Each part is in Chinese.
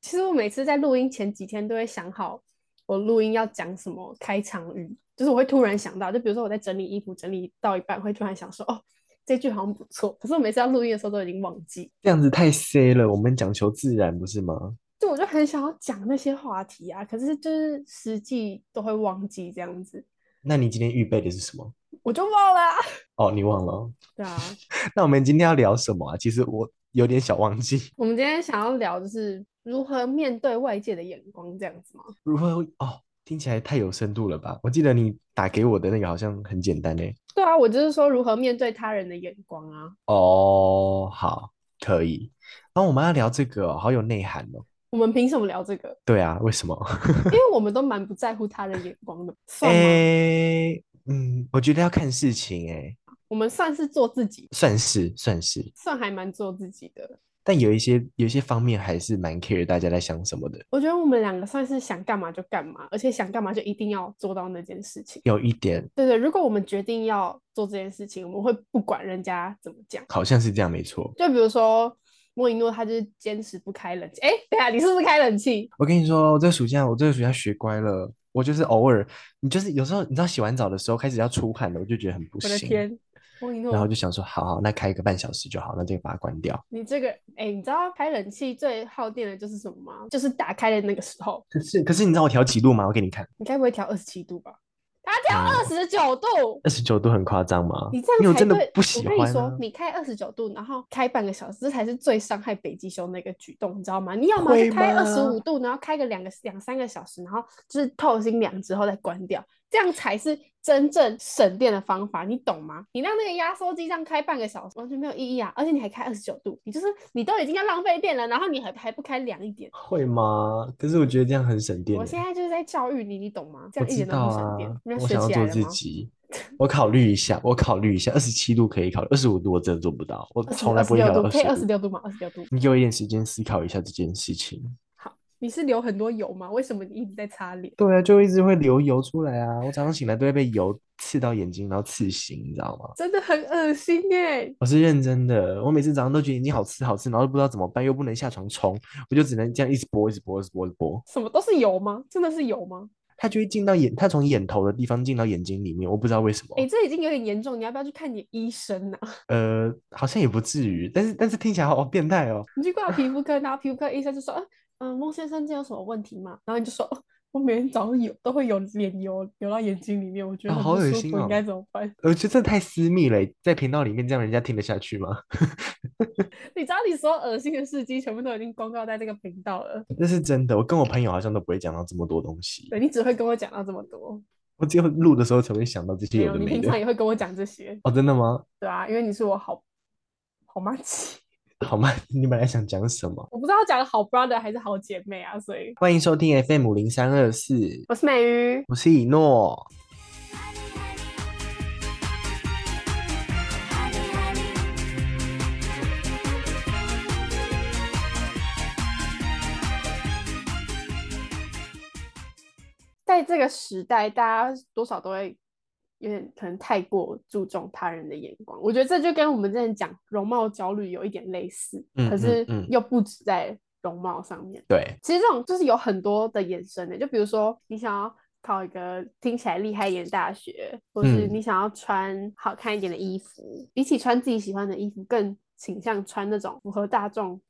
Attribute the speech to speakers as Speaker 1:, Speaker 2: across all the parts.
Speaker 1: 其实我每次在录音前几天都会想好我录音要讲什么开场语，就是我会突然想到，就比如说我在整理衣服，整理到一半会突然想说，哦，这句好像不错，可是我每次要录音的时候都已经忘记。
Speaker 2: 这样子太 C 了，我们讲求自然不是吗？
Speaker 1: 就我就很想要讲那些话题啊，可是就是实际都会忘记这样子，
Speaker 2: 那你今天预备的是什么？
Speaker 1: 我就忘了啊。
Speaker 2: 哦，你忘了哦。
Speaker 1: 对啊，
Speaker 2: 那我们今天要聊什么啊？其实我有点小忘记。
Speaker 1: 我们今天想要聊就是如何面对外界的眼光这样子吗？
Speaker 2: 如何？哦，听起来太有深度了吧？我记得你打给我的那个好像很简单欸诶。
Speaker 1: 对啊，我就是说如何面对他人的眼光啊。
Speaker 2: 哦，好，可以。然后我们要聊这个哦好有内涵哦。
Speaker 1: 我们凭什么聊这个？
Speaker 2: 对啊，为什么？
Speaker 1: 因为我们都蛮不在乎他人眼光的，算吗？
Speaker 2: 诶、嗯，我觉得要看事情诶，
Speaker 1: 我们算是做自己，
Speaker 2: 算是算是，
Speaker 1: 算还蛮做自己的。
Speaker 2: 但有一些有一些方面还是蛮 care 大家在想什么的，
Speaker 1: 我觉得我们两个算是想干嘛就干嘛，而且想干嘛就一定要做到那件事情。
Speaker 2: 有一点
Speaker 1: 对对，如果我们决定要做这件事情，我们会不管人家怎么讲。
Speaker 2: 好像是这样，没错。
Speaker 1: 就比如说莫一诺，他就是坚持不开冷气。哎，等一下，你是不是开冷气？
Speaker 2: 我跟你说，哦我这个暑假，我这个暑假学乖了。我就是偶尔，你就是有时候，你知道洗完澡的时候开始要出汗了，我就觉得很不
Speaker 1: 我的
Speaker 2: 行，
Speaker 1: 天，莫一诺，
Speaker 2: 然后就想说，好好，那开个半小时就好，那这个把它关掉。
Speaker 1: 你这个，哎，你知道开冷气最耗电的就是什么吗？就是打开的那个时候，
Speaker 2: 可是可是你知道我调几度吗？我给你看，
Speaker 1: 你该不会调二十七度吧？他调
Speaker 2: 嗯
Speaker 1: 二十九度，
Speaker 2: 二十九度很夸张吗？
Speaker 1: 你这
Speaker 2: 因为
Speaker 1: 样
Speaker 2: 我
Speaker 1: 才
Speaker 2: 真的
Speaker 1: 对
Speaker 2: 不喜
Speaker 1: 我
Speaker 2: 欢、
Speaker 1: 跟你说
Speaker 2: 啊，，
Speaker 1: 你开二十九度，然后开半个小时，这才是最伤害北极熊的一个举动，你知道吗？你要么
Speaker 2: 会
Speaker 1: 就开
Speaker 2: 吗
Speaker 1: 二十五度，然后开个两个两三个小时，然后就是透心凉之后再关掉，这样才是真正省电的方法，你懂吗？你让那个压缩机这样开半个小时，完全没有意义啊！而且你还开二十九度，你就是你都已经要浪费电了，然后你还还不开凉一点。
Speaker 2: 会吗？可是我觉得这样很省电
Speaker 1: 我
Speaker 2: 欸。
Speaker 1: 现在就是在教育你，你懂吗？这
Speaker 2: 我
Speaker 1: 样一
Speaker 2: 知
Speaker 1: 点都
Speaker 2: 道
Speaker 1: 不省
Speaker 2: 啊
Speaker 1: 电。，你要
Speaker 2: 我
Speaker 1: 学
Speaker 2: 想要
Speaker 1: 起来
Speaker 2: 做
Speaker 1: 了
Speaker 2: 自
Speaker 1: 吗？
Speaker 2: 己，我考虑一下，我考虑一下，二十七度可以考虑，二十五度我真的做不到，我
Speaker 1: 20
Speaker 2: 从来不会
Speaker 1: 26
Speaker 2: 调到
Speaker 1: 度，
Speaker 2: 二
Speaker 1: 可以二十
Speaker 2: 十。
Speaker 1: 六度吗？二十六度。
Speaker 2: 你给我一点时间思考一下这件事情。
Speaker 1: 你是流很多油吗？为什么你一直在擦脸？
Speaker 2: 对啊，就一直会流油出来啊！我早上醒来都会被油刺到眼睛，然后刺醒，你知道吗？
Speaker 1: 真的很恶心哎、
Speaker 2: 我是认真的，我每次早上都觉得眼睛好刺好刺，然后都不知道怎么办，又不能下床冲，我就只能这样一直拨，一直拨，一直拨，一直拨。
Speaker 1: 什么都是油吗？真的是油吗？
Speaker 2: 它就会进到眼，它从眼头的地方进到眼睛里面，我不知道为什么
Speaker 1: 哎、。这已经有点严重，你要不要去看你的医生啊呢、
Speaker 2: 呃，好像也不至于，但是但是听起来好好变态哦。
Speaker 1: 你去挂皮肤科，然后皮肤科医生就说，嗯、嗯，孟先生，这有什么问题吗？然后你就说，哦我每天早上有都会有脸油流到眼睛里面，我觉得
Speaker 2: 啊
Speaker 1: 很
Speaker 2: 好
Speaker 1: 不
Speaker 2: 恶
Speaker 1: 舒
Speaker 2: 心
Speaker 1: 服，
Speaker 2: 哦
Speaker 1: 应该怎么办？
Speaker 2: 我觉得这太私密了，在频道里面这样人家听得下去吗？
Speaker 1: 你知道你所有恶心的事迹全部都已经公告在这个频道了，
Speaker 2: 这是真的，我跟我朋友好像都不会讲到这么多东西，
Speaker 1: 对你只会跟我讲到这么多，
Speaker 2: 我只有录的时候才会想到这些
Speaker 1: 没
Speaker 2: 有
Speaker 1: 有，
Speaker 2: 的
Speaker 1: 你
Speaker 2: 没
Speaker 1: 平常
Speaker 2: 的。
Speaker 1: 也会跟我讲这些，
Speaker 2: 哦，真的吗？
Speaker 1: 对啊，因为你是我好好妈 鸡。
Speaker 2: 好吗？你本来想讲什么？
Speaker 1: 我不知道讲好 brother 还是好姐妹啊，所以
Speaker 2: 欢迎收听 FM 零三二四，
Speaker 1: 我是美鱼。
Speaker 2: 我是以诺。
Speaker 1: 在这个时代，大家多少都会有点可能太过注重他人的眼光。我觉得这就跟我们之前讲容貌焦虑有一点类似，
Speaker 2: 嗯
Speaker 1: 可
Speaker 2: 嗯
Speaker 1: 是
Speaker 2: 嗯
Speaker 1: 又不止在容貌上面。
Speaker 2: 对，
Speaker 1: 其实这种就是有很多的衍生的，就比如说你想要考一个听起来厉害一点的大学，或是
Speaker 2: 嗯
Speaker 1: 你想要穿好看一点的衣服，比起穿自己喜欢的衣服，更倾向穿那种符合大众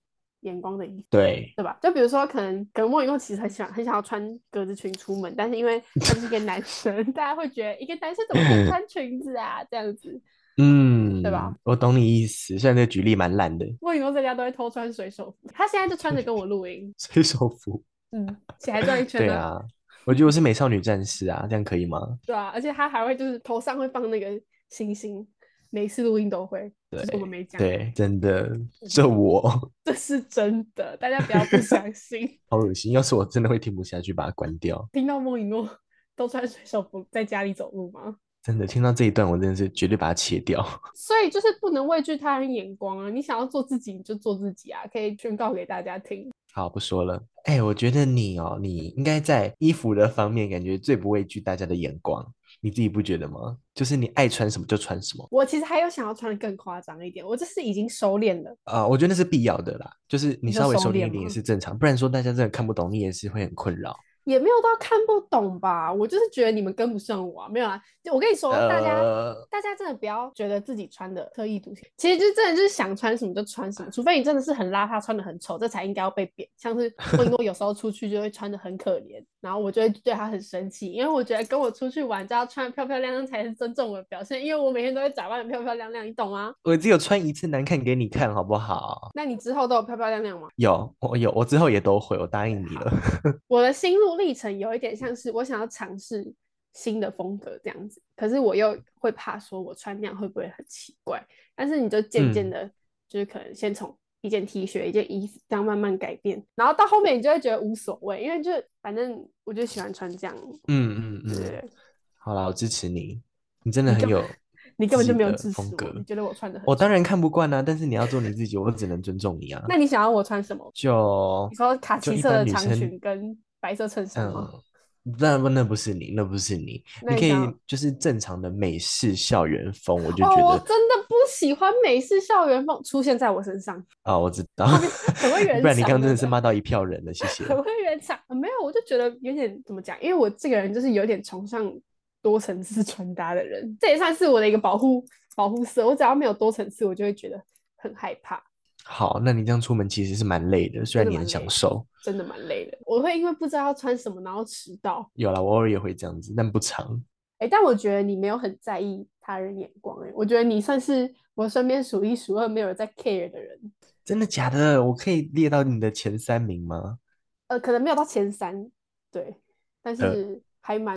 Speaker 1: 眼光的衣服。
Speaker 2: 对，
Speaker 1: 对吧？就比如说，可能可能莫雨诺其实很想很想要穿格子裙出门，但是因为他是一个男生， 大家会觉得一个男生怎么可以穿裙子啊？这样子，
Speaker 2: 嗯，
Speaker 1: 对吧？
Speaker 2: 我懂你意思，虽然这个举例蛮烂的，
Speaker 1: 莫雨诺在家都会偷穿水手服，他现在就穿着跟我录音，
Speaker 2: 水手服。
Speaker 1: 嗯，起来转一圈
Speaker 2: 对
Speaker 1: 呢
Speaker 2: 啊，我觉得我是美少女战士啊，这样可以吗？
Speaker 1: 对啊，而且他还会就是头上会放那个星星，每一次录音都会，只是我们没讲，
Speaker 2: 对，真的，这我
Speaker 1: 这是真的，大家不要不相信。
Speaker 2: 好恶心。要是我真的会听不下去，把它关掉。
Speaker 1: 听到莫雨诺都穿水手服在家里走路吗？
Speaker 2: 真的，听到这一段，我真的是绝对把它切掉。
Speaker 1: 所以就是不能畏惧他人眼光啊！你想要做自己，你就做自己啊！可以宣告给大家听。
Speaker 2: 好，不说了。哎、我觉得你哦，你应该在衣服的方面感觉最不畏惧大家的眼光。你自己不觉得吗？就是你爱穿什么就穿什么
Speaker 1: 我其实还有想要穿的更夸张一点，我这是已经收敛了。
Speaker 2: 啊、我觉得那是必要的啦，就是你
Speaker 1: 你说
Speaker 2: 稍微
Speaker 1: 收
Speaker 2: 收敛
Speaker 1: 敛
Speaker 2: 一点
Speaker 1: 吗
Speaker 2: 也是正常，不然说大家真的看不懂，你也是会很困扰。
Speaker 1: 也没有到看不懂吧，我就是觉得你们跟不上我啊，没有啦。就我跟你说，大家、
Speaker 2: 呃
Speaker 1: 大家真的不要觉得自己穿的特意独行，其实就真的就是想穿什么就穿什么，除非你真的是很邋遢，穿的很丑，这才应该要被贬。像是温哥有时候出去就会穿的很可怜， 然后我就会对他很生气，因为我觉得跟我出去玩就要穿得漂漂亮亮才是尊重我的表现，因为我每天都会打扮的漂漂亮亮，你懂吗？
Speaker 2: 我只有穿一次难看给你看，好不好？
Speaker 1: 那你之后都有漂漂亮亮吗？
Speaker 2: 有，我有，我之后也都会，我答应你了。
Speaker 1: 啊我的心路历程有一点像是我想要尝试新的风格这样子，可是我又会怕说我穿那样会不会很奇怪。但是你就渐渐
Speaker 2: 嗯
Speaker 1: 的，就是可能先从一件 T 恤、一件衣服这样慢慢改变，然后到后面你就会觉得无所谓，因为就反正我就喜欢穿这样。
Speaker 2: 嗯嗯
Speaker 1: 对对
Speaker 2: 嗯，
Speaker 1: 对，
Speaker 2: 好啦，我支持你，你真的
Speaker 1: 你
Speaker 2: 很
Speaker 1: 干嘛
Speaker 2: 有
Speaker 1: 你根本
Speaker 2: 自
Speaker 1: 就
Speaker 2: 己
Speaker 1: 没有
Speaker 2: 的
Speaker 1: 支持
Speaker 2: 风
Speaker 1: 我，你
Speaker 2: 格哦
Speaker 1: 觉得我穿的很
Speaker 2: 我
Speaker 1: 丑
Speaker 2: 当然看不惯啊，但是你要做你自己，我只能尊重你啊。
Speaker 1: 那你想要我穿什么？
Speaker 2: 就
Speaker 1: 你说卡
Speaker 2: 就
Speaker 1: 其
Speaker 2: 一
Speaker 1: 色
Speaker 2: 般
Speaker 1: 的
Speaker 2: 女
Speaker 1: 长
Speaker 2: 生
Speaker 1: 裙跟白色衬衫吗？
Speaker 2: 嗯，那不那不是你，那不是你，
Speaker 1: 那
Speaker 2: 你
Speaker 1: 你
Speaker 2: 可
Speaker 1: 想
Speaker 2: 以
Speaker 1: 要
Speaker 2: 就是正常的美式校园风，我就
Speaker 1: 哦，
Speaker 2: 觉
Speaker 1: 我
Speaker 2: 得
Speaker 1: 真的不喜欢美式校园风出现在我身上。
Speaker 2: 啊，我知道，
Speaker 1: 很会圆
Speaker 2: 不然你
Speaker 1: 场
Speaker 2: 刚刚
Speaker 1: 对
Speaker 2: 真的
Speaker 1: 不
Speaker 2: 是
Speaker 1: 对
Speaker 2: 骂到一票人了，谢谢。
Speaker 1: 很会圆场，呃没有，我就觉得有点怎么讲，因为我这个人就是有点崇尚多层次穿搭的人，这也算是我的一个保护保护色。我只要没有多层次，我就会觉得很害怕，
Speaker 2: 好，那你这样出门其实是蛮累的，虽
Speaker 1: 真
Speaker 2: 然
Speaker 1: 的
Speaker 2: 你很
Speaker 1: 蛮
Speaker 2: 享
Speaker 1: 累的
Speaker 2: 受。
Speaker 1: 真的蛮累的。我会因为不知道要穿什么，然后迟到。
Speaker 2: 有啦，我偶尔也会这样子，但不长。
Speaker 1: 哎，但我觉得你没有很在意他人眼光，哎，我觉得你算是我身边数一数二没有人在 care 的人，
Speaker 2: 真的假的？我可以列到你的前三名吗？
Speaker 1: 呃，可能没有到前三，对，但
Speaker 2: 呃
Speaker 1: 是还蛮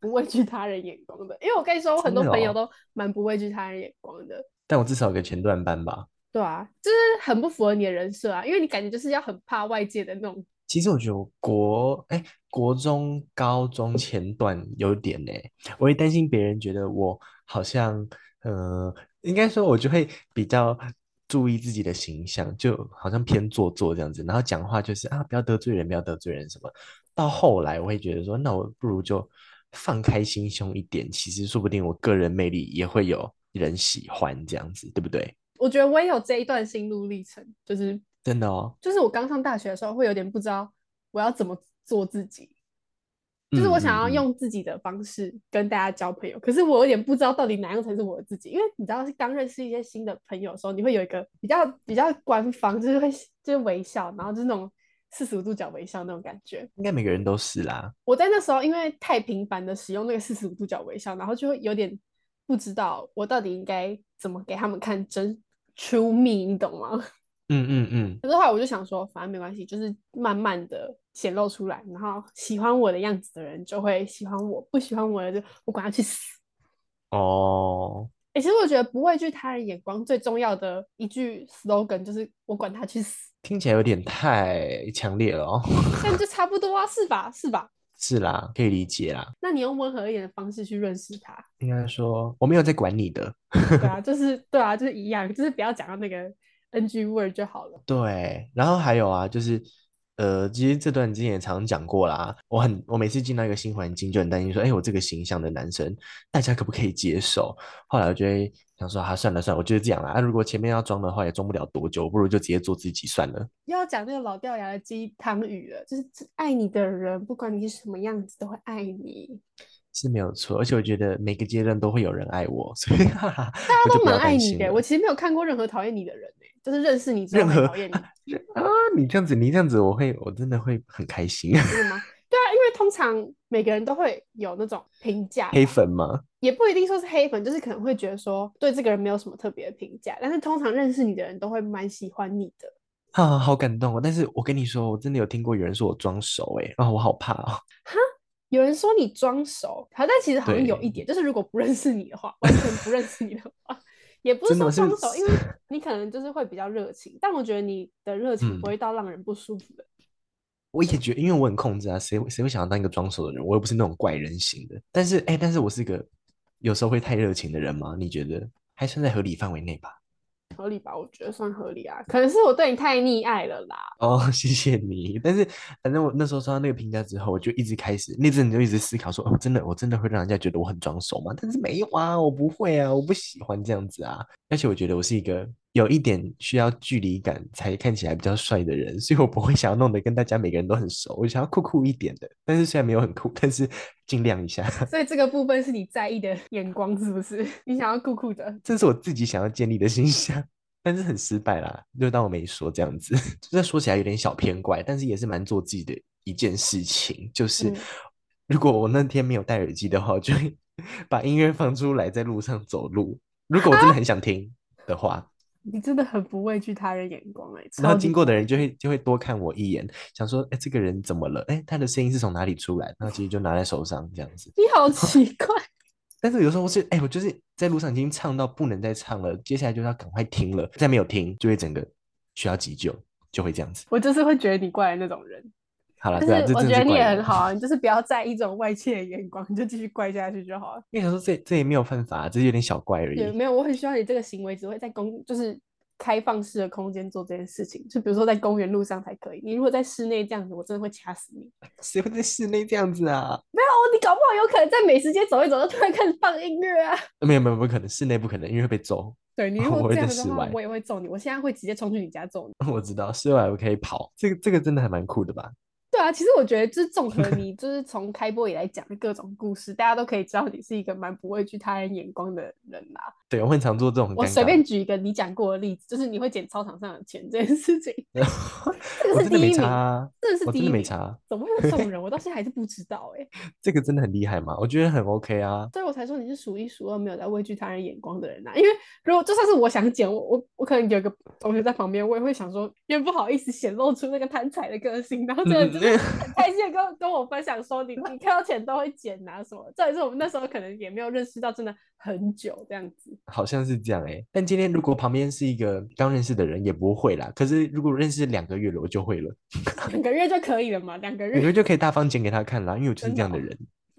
Speaker 1: 不畏惧他人眼光的。因为我跟你说，我很
Speaker 2: 真
Speaker 1: 多
Speaker 2: 的
Speaker 1: 朋友
Speaker 2: 哦
Speaker 1: 都蛮不畏惧他人眼光的，
Speaker 2: 但我至少有个前段班吧。
Speaker 1: 对啊，就是很不符合你的人设啊，因为你感觉就是要很怕外界的那种。
Speaker 2: 其实我觉得我国哎、国中、高中前段有点呢、我会担心别人觉得我好像，呃，应该说我就会比较注意自己的形象，就好像偏做作这样子，然后讲话就是啊，不要得罪人，不要得罪人什么。到后来我会觉得说，那我不如就放开心胸一点，其实说不定我个人魅力也会有人喜欢这样子，对不对？
Speaker 1: 我觉得我也有这一段心路历程，就是
Speaker 2: 真的哦，
Speaker 1: 就是我刚上大学的时候会有点不知道我要怎么做自己，就是我
Speaker 2: 嗯
Speaker 1: 想要
Speaker 2: 嗯嗯
Speaker 1: 用自己的方式跟大家交朋友，可是我有点不知道到底哪样才是我自己，因为你知道是刚认识一些新的朋友的时候，你会有一个比较比较官方，就是会 就是微笑，然后就是那种四十五度角微笑那种感觉。
Speaker 2: 应该每个人都是啦。
Speaker 1: 我在那时候因为太频繁的使用那个四十五度角微笑，然后就会有点不知道我到底应该怎么给他们看真 true me，你懂吗？
Speaker 2: 嗯嗯嗯。
Speaker 1: 可是后来我就想说，反正没关系，就是慢慢的显露出来，然后喜欢我的样子的人就会喜欢我，不喜欢我的就我管他去死。
Speaker 2: 哦，
Speaker 1: 诶，其实我觉得不畏惧他人眼光最重要的一句 slogan 就是“我管他去死
Speaker 2: 听起来有点太强烈了哦。”，
Speaker 1: 但就差不多啊，是吧？是吧？
Speaker 2: 是啦，可以理解啦。
Speaker 1: 那你用温和一点的方式去认识他，
Speaker 2: 应该说我没有在管你的，
Speaker 1: 对啊，就是对啊，就是一样，就是不要讲到那个 NG word 就好了。
Speaker 2: 对。然后还有啊，就是呃，其实这段之前也常讲过啦。我很，我每次进到一个新环境就很担心说，哎，我这个形象的男生，大家可不可以接受？后来我就会想说，啊，算了算了，我就是这样啦。啊，如果前面要装的话，也装不了多久，我不如就直接做自己算了。
Speaker 1: 又要讲那个老掉牙的鸡汤语了，就是爱你的人，不管你是什么样子，都会爱你。
Speaker 2: 是没有错，而且我觉得每个阶段都会有人爱我，所以 哈哈，
Speaker 1: 大
Speaker 2: 我
Speaker 1: 家
Speaker 2: 就
Speaker 1: 都
Speaker 2: 不要
Speaker 1: 蛮
Speaker 2: 担
Speaker 1: 爱你
Speaker 2: 心
Speaker 1: 的，
Speaker 2: 了
Speaker 1: 我其实没有看过任何讨厌你的人呢、欸就是认识你之后
Speaker 2: 任
Speaker 1: 才
Speaker 2: 何
Speaker 1: 讨厌你，
Speaker 2: 啊，你这样子，你这样子，我会，我真的会很开心。
Speaker 1: 真的吗？对啊，因为通常每个人都会有那种评价，
Speaker 2: 黑粉吗？
Speaker 1: 也不一定说是黑粉，就是可能会觉得说对这个人没有什么特别的评价，但是通常认识你的人都会蛮喜欢你的。
Speaker 2: 啊，好感动哦！但是我跟你说，我真的有听过有人说我装熟、欸，啊，我好怕哦。
Speaker 1: 有人说你装熟，好，但其实好像有一
Speaker 2: 对
Speaker 1: 点，就是如果不认识你的话，完全不认识你的话，也不是
Speaker 2: 真的
Speaker 1: 说
Speaker 2: 吗
Speaker 1: 装熟，
Speaker 2: 是
Speaker 1: 因为你可能就是会比较热情，但我觉得你的热情
Speaker 2: 嗯
Speaker 1: 不会到让人不舒服的。
Speaker 2: 我也觉得，因为我很控制啊，谁谁会想要当一个装熟的人？我又不是那种怪人型的。但是，哎、但是我是个有时候会太热情的人吗？你觉得还算在合理范围内吧？
Speaker 1: 合理吧？我觉得算合理啊，可能是我对你太溺爱了 啦。
Speaker 2: 哦，谢谢你。但是反正我那时候收到那个评价之后，我就一直开始那阵子就一直思考说，哦，真的，我真的会让人家觉得我很装熟吗？但是没有啊，我不会啊，我不喜欢这样子啊。而且我觉得我是一个有一点需要距离感才看起来比较帅的人，所以我不会想要弄得跟大家每个人都很熟，我想要酷酷一点的。但是虽然没有很酷，但是尽量一下。
Speaker 1: 所以这个部分是你在意的眼光，是不是？你想要酷酷的，
Speaker 2: 这是我自己想要建立的形象， 但是很失败啦，就当我没说这样子。 这说起来有点小偏怪，但是也是蛮做自己的一件事情。就是、
Speaker 1: 嗯
Speaker 2: 如果我那天没有戴耳机的话，我就会 把音乐放出来，在路上走路。如果我真的很想听的话，
Speaker 1: 你真的很不畏惧他人眼光哎、欸。
Speaker 2: 然后
Speaker 1: 啊超级
Speaker 2: 经过的人就会就会多看我一眼，想说，哎，这个人怎么了？哎，他的声音是从哪里出来？然后其实就拿在手上这样子。
Speaker 1: 你好奇怪，
Speaker 2: 但是有时候是，哎、我就是在路上已经唱到不能再唱了，接下来就是要赶快听了，再没有听就会整个需要急救，就会这样子。
Speaker 1: 我就是会觉得你怪的那种人。
Speaker 2: 好了，
Speaker 1: 但
Speaker 2: 对啊，这
Speaker 1: 是我
Speaker 2: 真
Speaker 1: 觉
Speaker 2: 的
Speaker 1: 得
Speaker 2: 是
Speaker 1: 你
Speaker 2: 怪
Speaker 1: 也
Speaker 2: 我
Speaker 1: 很好。啊，你就是不要在意这种外界的眼光，你就继续怪下去就好了。
Speaker 2: 因为想说这这也没有犯法，只是有点小怪而
Speaker 1: 也
Speaker 2: 已。
Speaker 1: 没有，我很希望你这个行为只会在公，就是开放式的空间做这件事情，就比如说在公园路上才可以。你如果在室内这样子，我真的会掐死你。
Speaker 2: 谁会在室内这样子啊？
Speaker 1: 哦，你搞不好有可能在美食街走一走，就突然开始放音乐啊。
Speaker 2: 没有没有，不可能，室内不可能，因为会被揍。
Speaker 1: 对你如
Speaker 2: 我
Speaker 1: 果这
Speaker 2: 会在
Speaker 1: 样的
Speaker 2: 室
Speaker 1: 话
Speaker 2: 外，
Speaker 1: 我也会揍你。我现在会直接冲去你家揍你。
Speaker 2: 我知道，室外我可以跑，这个这个真的还蛮酷的吧？
Speaker 1: 对啊，其实我觉得就是综合你就是从开播以来讲的各种故事，大家都可以知道你是一个蛮不畏惧他人眼光的人啦。
Speaker 2: 对，我很常做这种很
Speaker 1: 我
Speaker 2: 尴
Speaker 1: 随
Speaker 2: 尬
Speaker 1: 便举一个你讲过的例子，就是你会捡操场上的钱这件事情，
Speaker 2: 的，
Speaker 1: 这
Speaker 2: 我
Speaker 1: 个是
Speaker 2: 真的
Speaker 1: 第
Speaker 2: 没
Speaker 1: 一名，
Speaker 2: 差啊，
Speaker 1: 真的是
Speaker 2: 我
Speaker 1: 第
Speaker 2: 真
Speaker 1: 一
Speaker 2: 的
Speaker 1: 名。
Speaker 2: 没差，啊
Speaker 1: 怎么会有这种人？我到现在还是不知道哎、
Speaker 2: 这个真的很厉害嘛，我觉得很 OK 啊。
Speaker 1: 所以我才说你是数一数二没有在畏惧他人眼光的人呐、啊因为如果就算是我想捡，我我我可能有个同学在旁边，我也会想说，因为不好意思显露出那个贪财的个性，然后真的就是
Speaker 2: 嗯
Speaker 1: 很开心的跟我跟我分享说你，你看到钱都会捡啊什么。再是我们那时候可能也没有认识到真的很久这样子。
Speaker 2: 好像是这样哎、但今天如果旁边是一个刚认识的人，也不会啦。可是如果认识两个月了，我就会了，
Speaker 1: 两个月就可以了嘛，两个
Speaker 2: 我觉
Speaker 1: 月
Speaker 2: 得就可以大方剪给他看啦，因为我就是这样的哦人，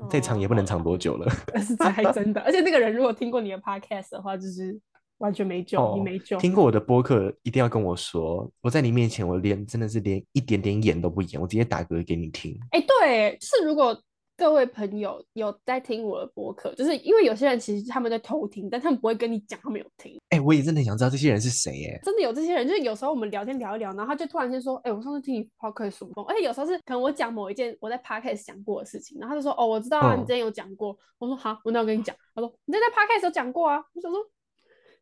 Speaker 2: 再长也不能长多久了。
Speaker 1: 但 是这还真的，而且那个人如果听过你的 podcast 的话，就是完全没救，你
Speaker 2: 哦
Speaker 1: 没救。
Speaker 2: 听过我的播客，一定要跟我说，我在你面前，我连真的是连一点点演都不演，我直接打嗝给你听。
Speaker 1: 哎，对，就是如果各位朋友有在听我的播客，就是因为有些人其实他们在偷听，但他们不会跟你讲他们有听。
Speaker 2: 哎、我也真的很想知道这些人是谁哎、
Speaker 1: 真的有这些人，就是有时候我们聊天聊一聊，然后他就突然间说：“哎，我上次听你 podcast 什么东西？”而且有时候是可能我讲某一件我在 podcast 讲过的事情，然后他就说：“哦，我知道啊，你
Speaker 2: 嗯
Speaker 1: 之前有讲过。我说：“好，我哪有跟你讲？”他说：“你在那 podcast 有讲过啊。”我想说：“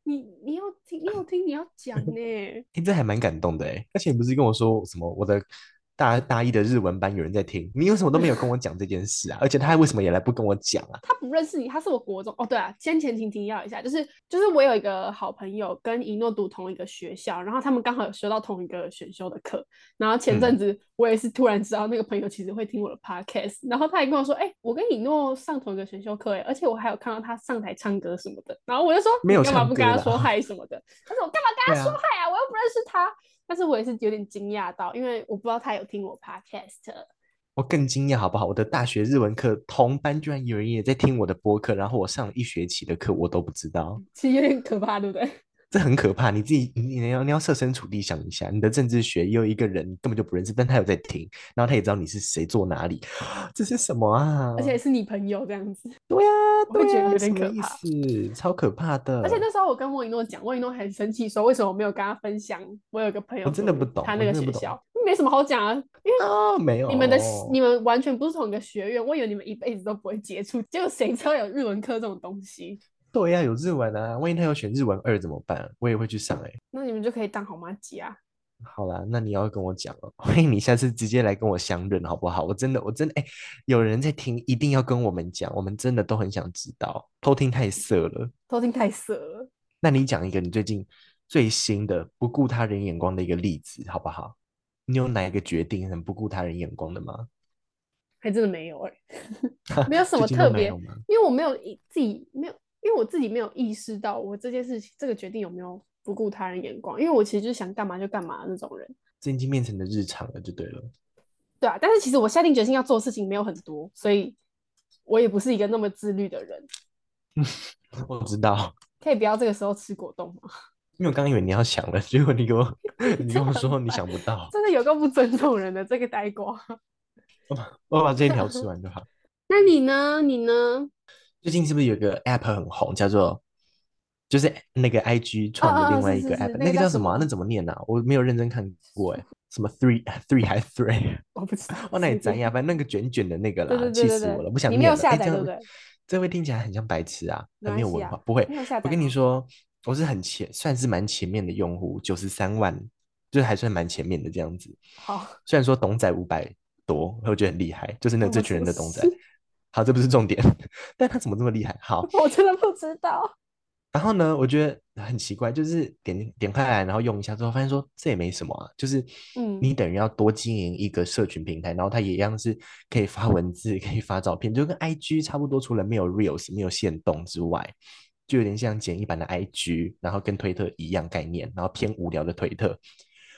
Speaker 1: 你你要听，你有听，你要讲呢。
Speaker 2: 哎、这还蛮感动的哎、而且你不是跟我说什么我的大大一的日文班有人在听，你为什么都没有跟我讲这件事啊？而且他为什么也来不跟我讲啊？
Speaker 1: 他不认识你，他是我国中哦。对啊，先前情提要一下，就是就是我有一个好朋友跟一诺读同一个学校，然后他们刚好有修到同一个选修的课，然后前
Speaker 2: 嗯
Speaker 1: 阵子我也是突然知道那个朋友其实会听我的 podcast，然后他还跟我说，哎、我跟一诺上同一个选修课，哎，而且我还有看到他上台唱歌什么的，然后我就说，
Speaker 2: 没有
Speaker 1: 你干嘛
Speaker 2: 唱
Speaker 1: 不跟他
Speaker 2: 歌啦
Speaker 1: 说嗨什么的？他说我干嘛跟
Speaker 2: 对
Speaker 1: 他
Speaker 2: 啊
Speaker 1: 说嗨啊，我又不认识他。但是我也是有点惊讶到，因为我不知道他有听我 podcast。
Speaker 2: 我更惊讶好不好？我的大学日文课同班居然有人也在听我的播客，然后我上了一学期的课，我都不知道，
Speaker 1: 其实有点可怕，对不对？
Speaker 2: 这很可怕。你自己，你你要你要设身处地想一下，你的政治学也有一个人根本就不认识，但他有在听，然后他也知道你是谁，坐哪里，这是什么啊？
Speaker 1: 而且是你朋友这样子，
Speaker 2: 对呀、啊，
Speaker 1: 我会
Speaker 2: 对
Speaker 1: 觉得
Speaker 2: 呀、
Speaker 1: 有
Speaker 2: 什
Speaker 1: 点
Speaker 2: 么
Speaker 1: 可
Speaker 2: 意
Speaker 1: 怕
Speaker 2: 思？超可怕的。
Speaker 1: 而且那时候我跟莫一诺讲，莫一诺很生气，说为什么我没有跟他分享我有个朋友
Speaker 2: 我真的
Speaker 1: 读
Speaker 2: 不懂
Speaker 1: 他
Speaker 2: 我
Speaker 1: 那个
Speaker 2: 真
Speaker 1: 学
Speaker 2: 的不懂
Speaker 1: 校，没什么好讲啊。
Speaker 2: 啊，没有
Speaker 1: 你们的你们完全不是同一个学院，我以为你们一辈子都不会接触，结果谁知道有日文课这种东西？
Speaker 2: 对呀、有日文啊，万一他有选日文二怎么办？我也会去上哎、
Speaker 1: 那你们就可以当好妈鸡啊！
Speaker 2: 好啦，那你要跟我讲哦， 欢迎你下次直接来跟我相认好不好？我真的，我真的，哎、有人在听，一定要跟我们讲，我们真的都很想知道，偷听太色了。
Speaker 1: 偷听太色了。
Speaker 2: 那你讲一个你最近最新的不顾他人眼光的一个例子好不好？你有哪一个决定很不顾他人眼光的吗？
Speaker 1: 还真的没 有哎、没有什么
Speaker 2: 最近都
Speaker 1: 特
Speaker 2: 没
Speaker 1: 别
Speaker 2: 有吗？
Speaker 1: 因为我没有意自己没有，因为我自己没有意识到我这件事情这个决定有没有不顾他人眼光，因为我其实就是想干嘛就干嘛的那种人。
Speaker 2: 这已经变成了日常了，就对了。
Speaker 1: 对啊，但是其实我下定决心要做的事情没有很多，所以我也不是一个那么自律的人。
Speaker 2: 我知道，
Speaker 1: 可以不要这个时候吃果冻吗？
Speaker 2: 因为我刚刚以为你要想了，结果你给我 你跟我说你想不 到，
Speaker 1: 真的有个不尊重人的这个呆瓜。
Speaker 2: 我把这一条吃完就好。
Speaker 1: 那你呢？你呢？
Speaker 2: 最近是不是有个 app 很红，叫做就是那个 IG 创
Speaker 1: 哦哦
Speaker 2: 的另外
Speaker 1: 是
Speaker 2: 一
Speaker 1: 是
Speaker 2: 个
Speaker 1: 是
Speaker 2: app，
Speaker 1: 那个
Speaker 2: 那个
Speaker 1: 叫
Speaker 2: 叫
Speaker 1: 什
Speaker 2: 什么啊？
Speaker 1: 么
Speaker 2: 那怎么念啊？我没有认真看过哎，什么 three three 还 three，
Speaker 1: 我不知道。
Speaker 2: 我哪
Speaker 1: 随
Speaker 2: 咱
Speaker 1: 便
Speaker 2: 呀？反正那个卷卷的那个
Speaker 1: 对
Speaker 2: 啦，
Speaker 1: 对
Speaker 2: 气
Speaker 1: 对对
Speaker 2: 死
Speaker 1: 对，
Speaker 2: 我了，不想
Speaker 1: 你没
Speaker 2: 念
Speaker 1: 有
Speaker 2: 了。
Speaker 1: 下
Speaker 2: 哎，
Speaker 1: 载
Speaker 2: 这
Speaker 1: 对不
Speaker 2: 样
Speaker 1: 对？
Speaker 2: 这会听起来很像白痴啊，
Speaker 1: 没
Speaker 2: 很
Speaker 1: 关
Speaker 2: 没有
Speaker 1: 系
Speaker 2: 文
Speaker 1: 啊
Speaker 2: 化。不会
Speaker 1: 你，有下载
Speaker 2: 我跟你
Speaker 1: 吗
Speaker 2: 说，我是很前，算是蛮前面的用户，九十三万，就是还算蛮前面的这样子。
Speaker 1: 好，
Speaker 2: 虽然说董仔五百多，我觉得很厉害，就是那
Speaker 1: 我
Speaker 2: 这
Speaker 1: 什
Speaker 2: 群人
Speaker 1: 么
Speaker 2: 的董仔
Speaker 1: 事。
Speaker 2: 好，这不是重点， 但他怎么这么厉害？好，
Speaker 1: 我真的不知道。
Speaker 2: 然后呢，我觉得很奇怪，就是点点开来，然后用一下之后，发现说这也没什么啊，就是
Speaker 1: 嗯
Speaker 2: 你等于要多经营一个社群平台，然后它也一样是可以发文字，可以发照片，就跟 IG 差不多，除了没有 Reels 没有限动之外，就有点像简易版的 IG，然后跟推特一样概念，然后偏无聊的推特，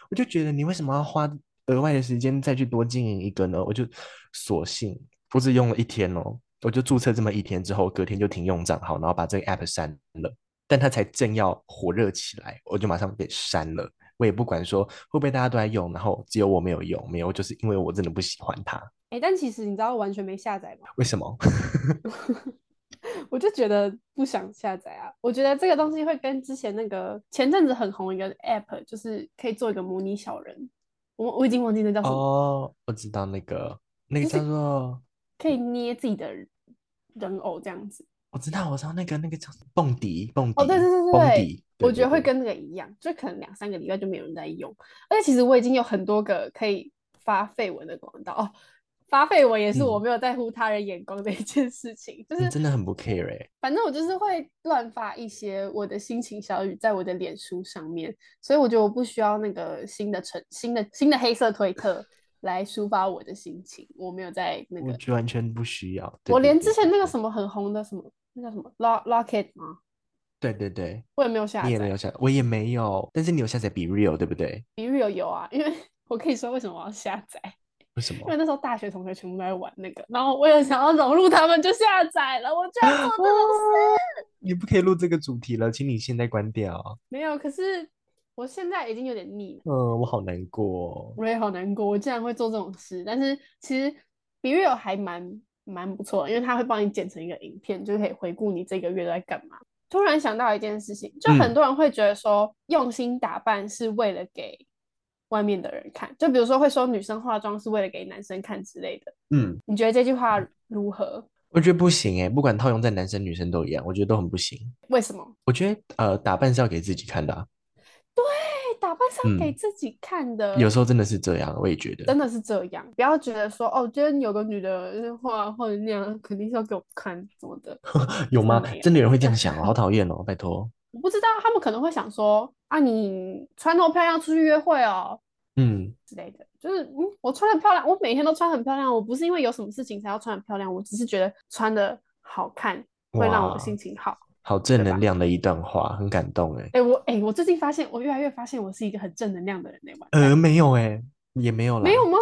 Speaker 2: 我就觉得你为什么要花额外的时间再去多经营一个呢？我就索性我只用了一天哦，我就注册这么一天之后，隔天就停用账号，然后把这个 app 删了。但它才正要火热起来，我就马上被删了。我也不管说会不会大家都在用，然后只有我没有用，没有，就是因为我真的不喜欢它。
Speaker 1: 哎、但其实你知道完全没下载吗？
Speaker 2: 为什么？
Speaker 1: 我就觉得不想下载啊。我觉得这个东西会跟之前那个前阵子很红一个 app，就是可以做一个模拟小人。我我已经忘记那叫什么，
Speaker 2: 哦，我知道那个，那个
Speaker 1: 就是
Speaker 2: 叫做，
Speaker 1: 可以捏自己的人偶这样子。
Speaker 2: 我知道，我知道那个那个叫什么蹦迪，蹦迪，
Speaker 1: 哦，对对对
Speaker 2: 蹦
Speaker 1: 对
Speaker 2: 迪，对
Speaker 1: 我觉得会
Speaker 2: 对对
Speaker 1: 跟那个一样，就可能两三个礼拜就没有人在用。而且其实我已经有很多个可以发绯闻的管道哦，发绯闻也是我
Speaker 2: 嗯
Speaker 1: 没有在乎他人眼光的一件事情，就
Speaker 2: 你
Speaker 1: 是
Speaker 2: 真的很不 care 欸
Speaker 1: 反正我就是会乱发一些我的心情小语在我的脸书上面，所以我觉得我不需要那个新的成新的新的黑色推 特来抒发我的心情，我没有在那
Speaker 2: 我
Speaker 1: 个，
Speaker 2: 觉得完全不需要。对
Speaker 1: 我
Speaker 2: 对
Speaker 1: 连
Speaker 2: 对
Speaker 1: 之前
Speaker 2: 对
Speaker 1: 那个
Speaker 2: 对
Speaker 1: 什么很红的什么那叫什么 Lock Locket 吗？
Speaker 2: 对对对，
Speaker 1: 我也没有下
Speaker 2: 你也
Speaker 1: 载
Speaker 2: 没有。下，我也没有，但是你有下载 Be Real 对不对？
Speaker 1: 比 Real 有啊，因为 我可以说为什么我要下载，
Speaker 2: 为什么
Speaker 1: 因？为那时候大学同学全部都在玩那个，然后我也想要融入他们，就下载了。我居然 做这种事，
Speaker 2: 你不可以录这个主题了，请你现在关掉。
Speaker 1: 没有。可是我现在已经有点腻了，
Speaker 2: 嗯，我好难过哦。
Speaker 1: 我也好难过，我竟然会做这种事。但是其实比 Real 还蛮蛮不错的，因为它会帮你剪成一个影片，就可以回顾你这个月都在干嘛。突然想到一件事情，就很
Speaker 2: 嗯
Speaker 1: 多人会觉得说，用心打扮是为了给外面的人看，就比如说会说女生化妆是为了给男生看之类的。
Speaker 2: 嗯，
Speaker 1: 你觉得这句话如何？
Speaker 2: 我觉得不行哎，不管套用在男生女生都一样，我觉得都很不行。
Speaker 1: 为什么？
Speaker 2: 我觉得呃，打扮是要给自己看的啊、
Speaker 1: 对，打扮是要给
Speaker 2: 嗯，
Speaker 1: 自己看
Speaker 2: 有
Speaker 1: 的，
Speaker 2: 时候真的是这样，我也觉得。
Speaker 1: 真的是这样。不要觉得说哦，今天有个女的化或者那样，肯定是要给我看什么的，
Speaker 2: 有
Speaker 1: 真的
Speaker 2: 吗？
Speaker 1: 没有。
Speaker 2: 真的有人会这样想哦，好讨厌哦，拜托。
Speaker 1: 我不知道他们可能会想说啊，你穿那么漂亮出去约会哦
Speaker 2: 嗯，
Speaker 1: 之类的，就是嗯，我穿的漂亮，我每天都穿很漂亮，我不是因为有什么事情才要穿很漂亮，我只是觉得穿的好看会让我
Speaker 2: 哇，
Speaker 1: 心情好，
Speaker 2: 好
Speaker 1: 对
Speaker 2: 正
Speaker 1: 吧？
Speaker 2: 能量的一段话，很感动哎。
Speaker 1: 哎、我哎、我最近发现，我越来越发现我是一个很正能量的人呢、 完蛋，
Speaker 2: 呃，没有哎，也没有
Speaker 1: 没有
Speaker 2: 啦，
Speaker 1: 吗？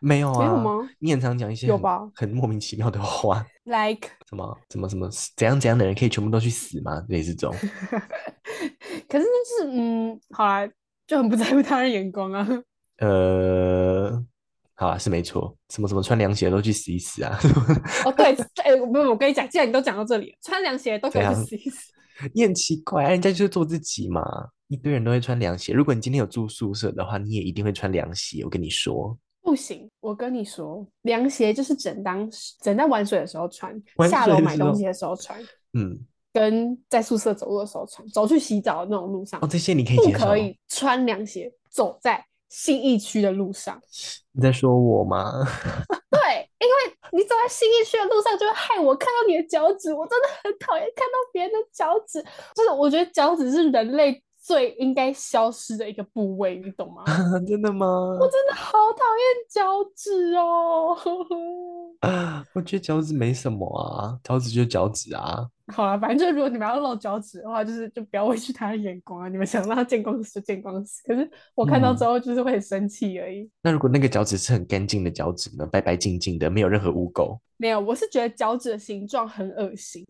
Speaker 2: 没有
Speaker 1: 没有
Speaker 2: 啊。
Speaker 1: 吗？
Speaker 2: 你很常讲一些
Speaker 1: 有
Speaker 2: 很
Speaker 1: 吧
Speaker 2: 很莫名其妙的话，
Speaker 1: ？Like，
Speaker 2: 什么什么什么怎样怎样的人可以全部都去死吗？类似 这种。
Speaker 1: 可是就是嗯，好啦，就很不在乎他人眼光啊。
Speaker 2: 呃，好啊，是没错，什么什么穿凉鞋都去死一死啊，
Speaker 1: 哦，对，哎、我没有，我跟你讲，既然你都讲到这里了，穿凉鞋都给
Speaker 2: 怎
Speaker 1: 我去
Speaker 2: 样？
Speaker 1: 死一死。
Speaker 2: 你很奇怪啊，人家就是做自己嘛，一堆人都会穿凉鞋。如果你今天有住宿舍的话，你也一定会穿凉鞋，我跟你说，
Speaker 1: 不行，我跟你说，凉鞋就是整当整当玩水的时候穿，
Speaker 2: 玩
Speaker 1: 下楼
Speaker 2: 水的
Speaker 1: 买
Speaker 2: 时
Speaker 1: 东
Speaker 2: 候，
Speaker 1: 西的时候穿，
Speaker 2: 嗯，
Speaker 1: 跟在宿舍走路的时候穿，走去洗澡的那种路上，
Speaker 2: 哦，这些你可以
Speaker 1: 不
Speaker 2: 接
Speaker 1: 可
Speaker 2: 受。
Speaker 1: 以穿凉鞋走在信义区的路上。
Speaker 2: 你在说我吗？
Speaker 1: 对，因为你走在信义区的路上，就会害我看到你的脚趾，我真的很讨厌看到别人的脚趾。就是我觉得脚趾是人类最应该消失的一个部位，你懂吗？
Speaker 2: 真的
Speaker 1: 我
Speaker 2: 吗？
Speaker 1: 真的好讨厌脚趾哦。
Speaker 2: 我觉得脚趾没什么啊，脚趾就脚趾啊。
Speaker 1: 好了，反正就是如果你们要露脚趾的话，就是就不要畏惧他的眼光啊。你们想让他见光死就见光死，可是我看到之后就是会很生气而已。
Speaker 2: 那如果那个脚趾是很干净的脚趾呢？白白净净的，没有任何污垢，
Speaker 1: 没有，我是觉得脚趾的形状很恶心，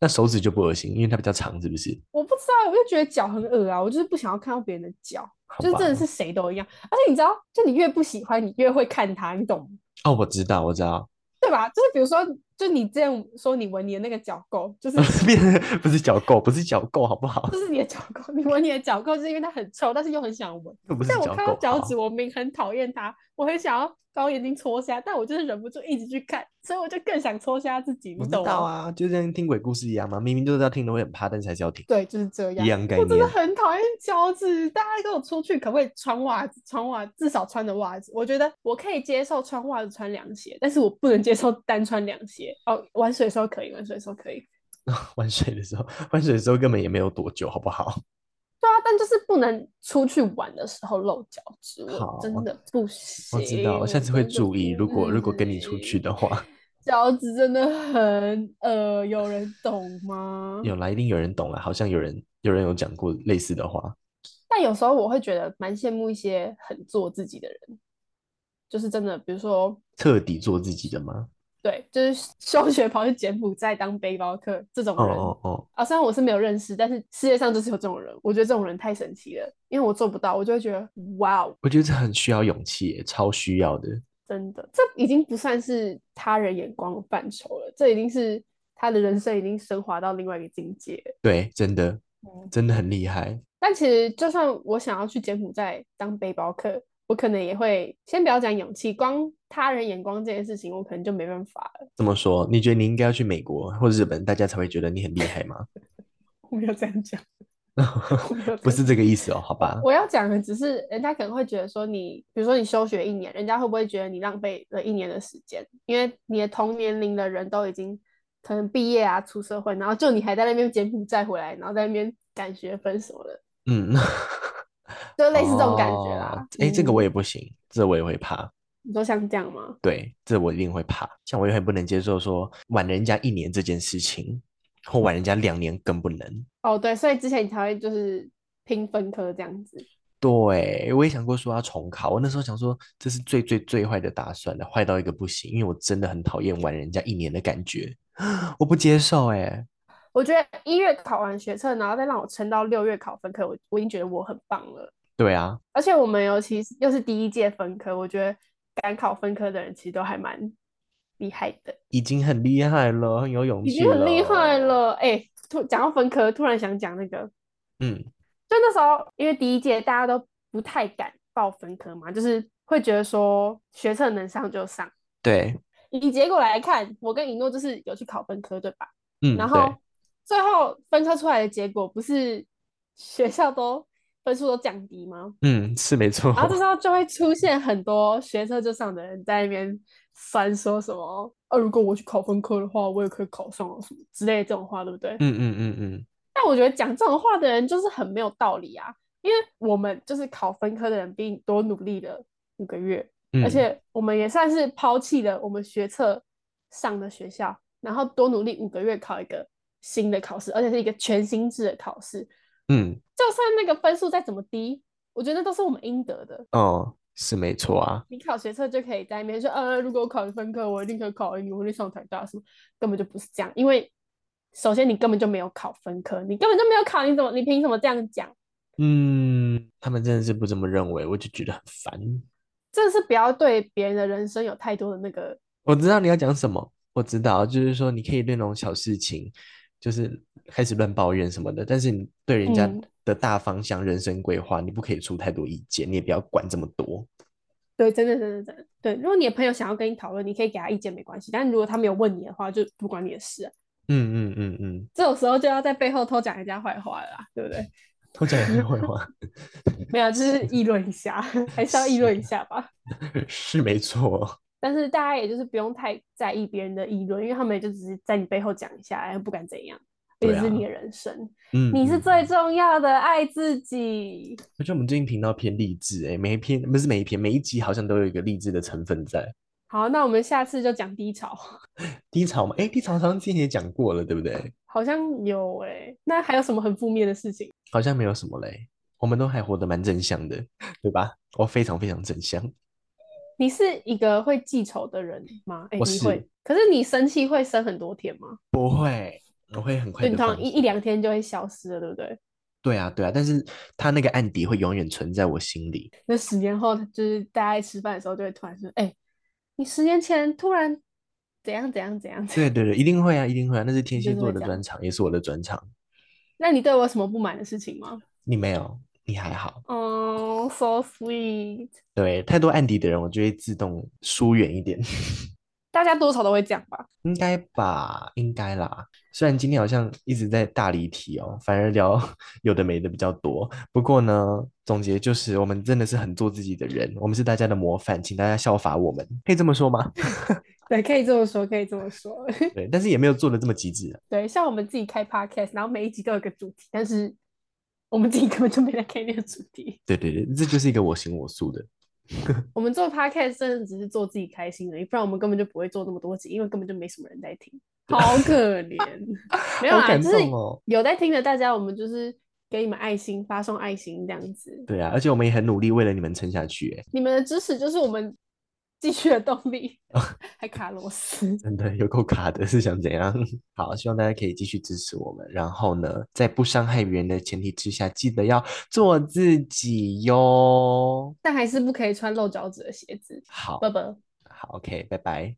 Speaker 2: 那手指就不恶心，因为它比较长，是不是？
Speaker 1: 我不知道，我就觉得脚很恶啊，我就是不想要看到别人的脚，
Speaker 2: 好
Speaker 1: 就是
Speaker 2: 吧
Speaker 1: 真的是谁都一样。而且你知道，就你越不喜欢，你越会看他，你懂吗？
Speaker 2: 哦，我知道，我知道，
Speaker 1: 对吧？就是比如说，就你之前说你闻你的那个脚垢， 就是
Speaker 2: 变成不是脚垢，不是脚垢，好不好？
Speaker 1: 就是你的脚垢，你闻你的脚垢是因为它很臭，但是又很想闻。
Speaker 2: 又不是
Speaker 1: 但我
Speaker 2: 脚
Speaker 1: 看到
Speaker 2: 垢，
Speaker 1: 脚
Speaker 2: 好
Speaker 1: 趾，我明明很讨厌它，我很想要把我眼睛戳瞎，但我就是忍不住一直去看，所以我就更想戳瞎自己，
Speaker 2: 我
Speaker 1: 你
Speaker 2: 知
Speaker 1: 懂哦
Speaker 2: 道
Speaker 1: 吗？
Speaker 2: 啊，就像听鬼故事一样嘛，明明就知道听了会很怕，但是还是要听，
Speaker 1: 对，就是这
Speaker 2: 一
Speaker 1: 样。
Speaker 2: 样概
Speaker 1: 我真的
Speaker 2: 念。
Speaker 1: 很讨厌脚趾，大家跟我出去可不可以穿袜子？穿袜至少穿着袜子，我觉得我可以接受穿袜子穿凉鞋，但是我不能接受单穿凉鞋。哦，玩水的时候可以，玩水的时候可以。
Speaker 2: 玩水的时候，玩水的时候根本也没有多久，好不好？
Speaker 1: 对啊，但就是不能出去玩的时候露脚趾，我
Speaker 2: 好
Speaker 1: 真的不行。
Speaker 2: 我知道，我下次会
Speaker 1: 真的
Speaker 2: 注意。
Speaker 1: 不
Speaker 2: 如果如果跟你出去的话，
Speaker 1: 脚趾真的很呃，有人懂吗？
Speaker 2: 有啦，一定有人懂了，好像有人有人有讲过类似的话。
Speaker 1: 但有时候我会觉得蛮羡慕一些很做自己的人，就是真的，比如说
Speaker 2: 彻底做自己的吗？
Speaker 1: 对，就是休学跑去柬埔寨当背包客这种
Speaker 2: 哦
Speaker 1: 人
Speaker 2: 哦哦，
Speaker 1: 啊，虽然我是没有认识，但是世界上就是有这种人，我觉得这种人太神奇了，因为我做不到，我就会觉得哇哦，
Speaker 2: 我觉得这很需要勇气耶，超需要的。
Speaker 1: 真的，这已经不算是他人眼光的范畴了，这已经是他的人生已经升华到另外一个境界了。
Speaker 2: 对，真的
Speaker 1: 嗯，
Speaker 2: 真的很厉害。
Speaker 1: 但其实，就算我想要去柬埔寨当背包客，我可能也会先不要讲勇气，光他人眼光这件事情，我可能就没办法了。
Speaker 2: 这么说，你觉得你应该要去美国或日本，大家才会觉得你很厉害吗？
Speaker 1: 我没有这样讲， 我没有
Speaker 2: 不
Speaker 1: 这样
Speaker 2: 是这个意思哦，好吧？
Speaker 1: 我要讲的只是，人家可能会觉得说你，比如说你休学一年，人家会不会觉得你浪费了一年的时间？因为你的同年龄的人都已经可能毕业啊、出社会，然后就你还在那边柬埔寨回来，然后在那边赶学分什么的，
Speaker 2: 嗯，
Speaker 1: 就类似这种感觉啦
Speaker 2: 哦。哎、这个我
Speaker 1: 嗯
Speaker 2: 也不行，这我也会怕。
Speaker 1: 你说像这样吗？
Speaker 2: 对，这我一定会怕。像我也很不能接受说晚人家一年这件事情，或晚人家两年更不能。
Speaker 1: 哦，对，所以之前你才会就是拼分科这样子。
Speaker 2: 对，我也想过说要重考，我那时候想说这是最最最坏的打算了，坏到一个不行，因为我真的很讨厌晚人家一年的感觉，我不接受哎、
Speaker 1: 我觉得一月考完学测，然后再让我撑到六月考分科，我我已经觉得我很棒了。
Speaker 2: 对啊，
Speaker 1: 而且我们尤其是又是第一届分科，我觉得敢考分科的人其实都还蛮厉害的，
Speaker 2: 已经很厉害了，很有勇
Speaker 1: 已
Speaker 2: 气
Speaker 1: 经很厉害
Speaker 2: 了。
Speaker 1: 了。哎、突讲到分科，突然想讲那个，
Speaker 2: 嗯，
Speaker 1: 就那时候因为第一届大家都不太敢报分科嘛，就是会觉得说学测能上就上。
Speaker 2: 对，
Speaker 1: 以结果来看，我跟尹诺就是有去考分科，对吧？
Speaker 2: 嗯，
Speaker 1: 然
Speaker 2: 对
Speaker 1: 后最后分科出来的结果不是学校都分数都降低吗？
Speaker 2: 嗯，是没错。
Speaker 1: 然后这时候就会出现很多学车就上的人在那边酸说什么，呃、如果我去考分科的话，我也可以考上啊什么之类的这种话，对不对？
Speaker 2: 嗯嗯嗯嗯，
Speaker 1: 但我觉得讲这种话的人就是很没有道理啊，因为我们就是考分科的人比你多努力了五个月，
Speaker 2: 嗯
Speaker 1: 而且我们也算是抛弃了我们学测上的学校，然后多努力五个月考一个新的考试，而且是一个全新制的考试，
Speaker 2: 嗯
Speaker 1: 就算那个分数再怎么低，我觉得都是我们应得的。
Speaker 2: 哦，是没错啊。
Speaker 1: 你考学测就可以在那边说，呃，如果我考分科，我一定可以考英语，我一定上台大什么，根本就不是这样。因为首先你根本就没有考分科，你根本就没有考，你怎么，你凭什么这样讲？
Speaker 2: 嗯，他们真的是不这么认为，我就觉得很烦。
Speaker 1: 真的是不要对别人的人生有太多的那个，
Speaker 2: 我知道你要讲什么，我知道，就是说你可以对那种小事情，就是开始乱抱怨什么的，但是你对人家
Speaker 1: 嗯
Speaker 2: 的大方向、人生规划，你不可以出太多意见，你也不要管这么多。
Speaker 1: 对，真的，真的，真的，对。如果你的朋友想要跟你讨论，你可以给他意见，没关系。但如果他没有问你的话，就不关你的事啊、
Speaker 2: 嗯嗯嗯嗯，
Speaker 1: 这种时候就要在背后偷讲人家坏话了啦，对不对？
Speaker 2: 偷讲人家坏话
Speaker 1: 没有，就是议论一下， 还是要议论一
Speaker 2: 是
Speaker 1: 下吧。
Speaker 2: 是没错。
Speaker 1: 但是大家也就是不用太在意别人的议论，因为他们也就只是在你背后讲一下，又不敢怎样，而
Speaker 2: 对
Speaker 1: 且是你
Speaker 2: 啊
Speaker 1: 的人生，
Speaker 2: 嗯，
Speaker 1: 你是
Speaker 2: 嗯
Speaker 1: 最
Speaker 2: 嗯
Speaker 1: 重要的，爱自己。
Speaker 2: 我觉得我们最近频道偏励志、欸，每一篇不是每一篇，每一集好像都有一个励志的成分在。
Speaker 1: 好，那我们下次就讲低潮，
Speaker 2: 低潮嘛，哎，低潮好像之前也讲过了，对不对？
Speaker 1: 好像有哎、那还有什么很负面的事情？
Speaker 2: 好像没有什么嘞，我们都还活得蛮正向的，对吧？我非常非常正向，
Speaker 1: 你是一个会记仇的人吗？哎、
Speaker 2: 我
Speaker 1: 你
Speaker 2: 是
Speaker 1: 会，可是你生气会生很多天吗？
Speaker 2: 不会，我会很
Speaker 1: 就
Speaker 2: 快的
Speaker 1: 你通常一
Speaker 2: 放。
Speaker 1: 一两天就会消失了，对不对？
Speaker 2: 对啊，对啊，但是他那个案底会永远存在我心里。
Speaker 1: 那十年后，就是大家在吃饭的时候，就会突然说：“哎、你十年前突然怎样怎样怎样。”
Speaker 2: 对对对，一定会啊，一定会啊，那是天
Speaker 1: 就是
Speaker 2: 蝎座
Speaker 1: 会
Speaker 2: 的
Speaker 1: 这
Speaker 2: 专
Speaker 1: 样
Speaker 2: 长，也是我的专长。
Speaker 1: 那你对我有什么不满的事情吗？
Speaker 2: 你没有，你还好。
Speaker 1: 哦、s o sweet，
Speaker 2: 对，太多案底的人，我就会自动疏远一点，
Speaker 1: 大家多少都会这样吧？
Speaker 2: 应该吧，应该啦。虽然今天好像一直在大离题哦，反而聊 有的没的比较多。不过呢，总结就是我们真的是很做自己的人，我们是大家的模范，请大家效法我们，可以这么说吗？
Speaker 1: 对，可以这么说，可以这么说。
Speaker 2: 对，但是也没有做的这么极致啊。
Speaker 1: 对，像我们自己开 podcast，然后每一集都有个主题，但是我们自己根本就没在开那个主题。
Speaker 2: 对对对，这就是一个我行我素的。
Speaker 1: 我们做 podcast 真的只是做自己开心而已，不然我们根本就不会做那么多集，因为根本就没什么人在听，好可 怜。没有
Speaker 2: 好
Speaker 1: 啦，
Speaker 2: 感
Speaker 1: 就是
Speaker 2: 动哦
Speaker 1: 有在听的大家，我们就是给你们爱心，发送爱心这样子。
Speaker 2: 对啊，而且我们也很努力为了你们撑下去，哎，
Speaker 1: 你们的支持就是我们继续的动力。还卡螺丝，
Speaker 2: 真的有够卡的，是想怎样？ 好，希望大家可以继续支持我们。然后呢，在不伤害别人的前提之下，记得要做自己哟。
Speaker 1: 但还是不可以穿露脚趾的鞋子。
Speaker 2: 好，
Speaker 1: 拜拜。
Speaker 2: 好，OK，拜拜。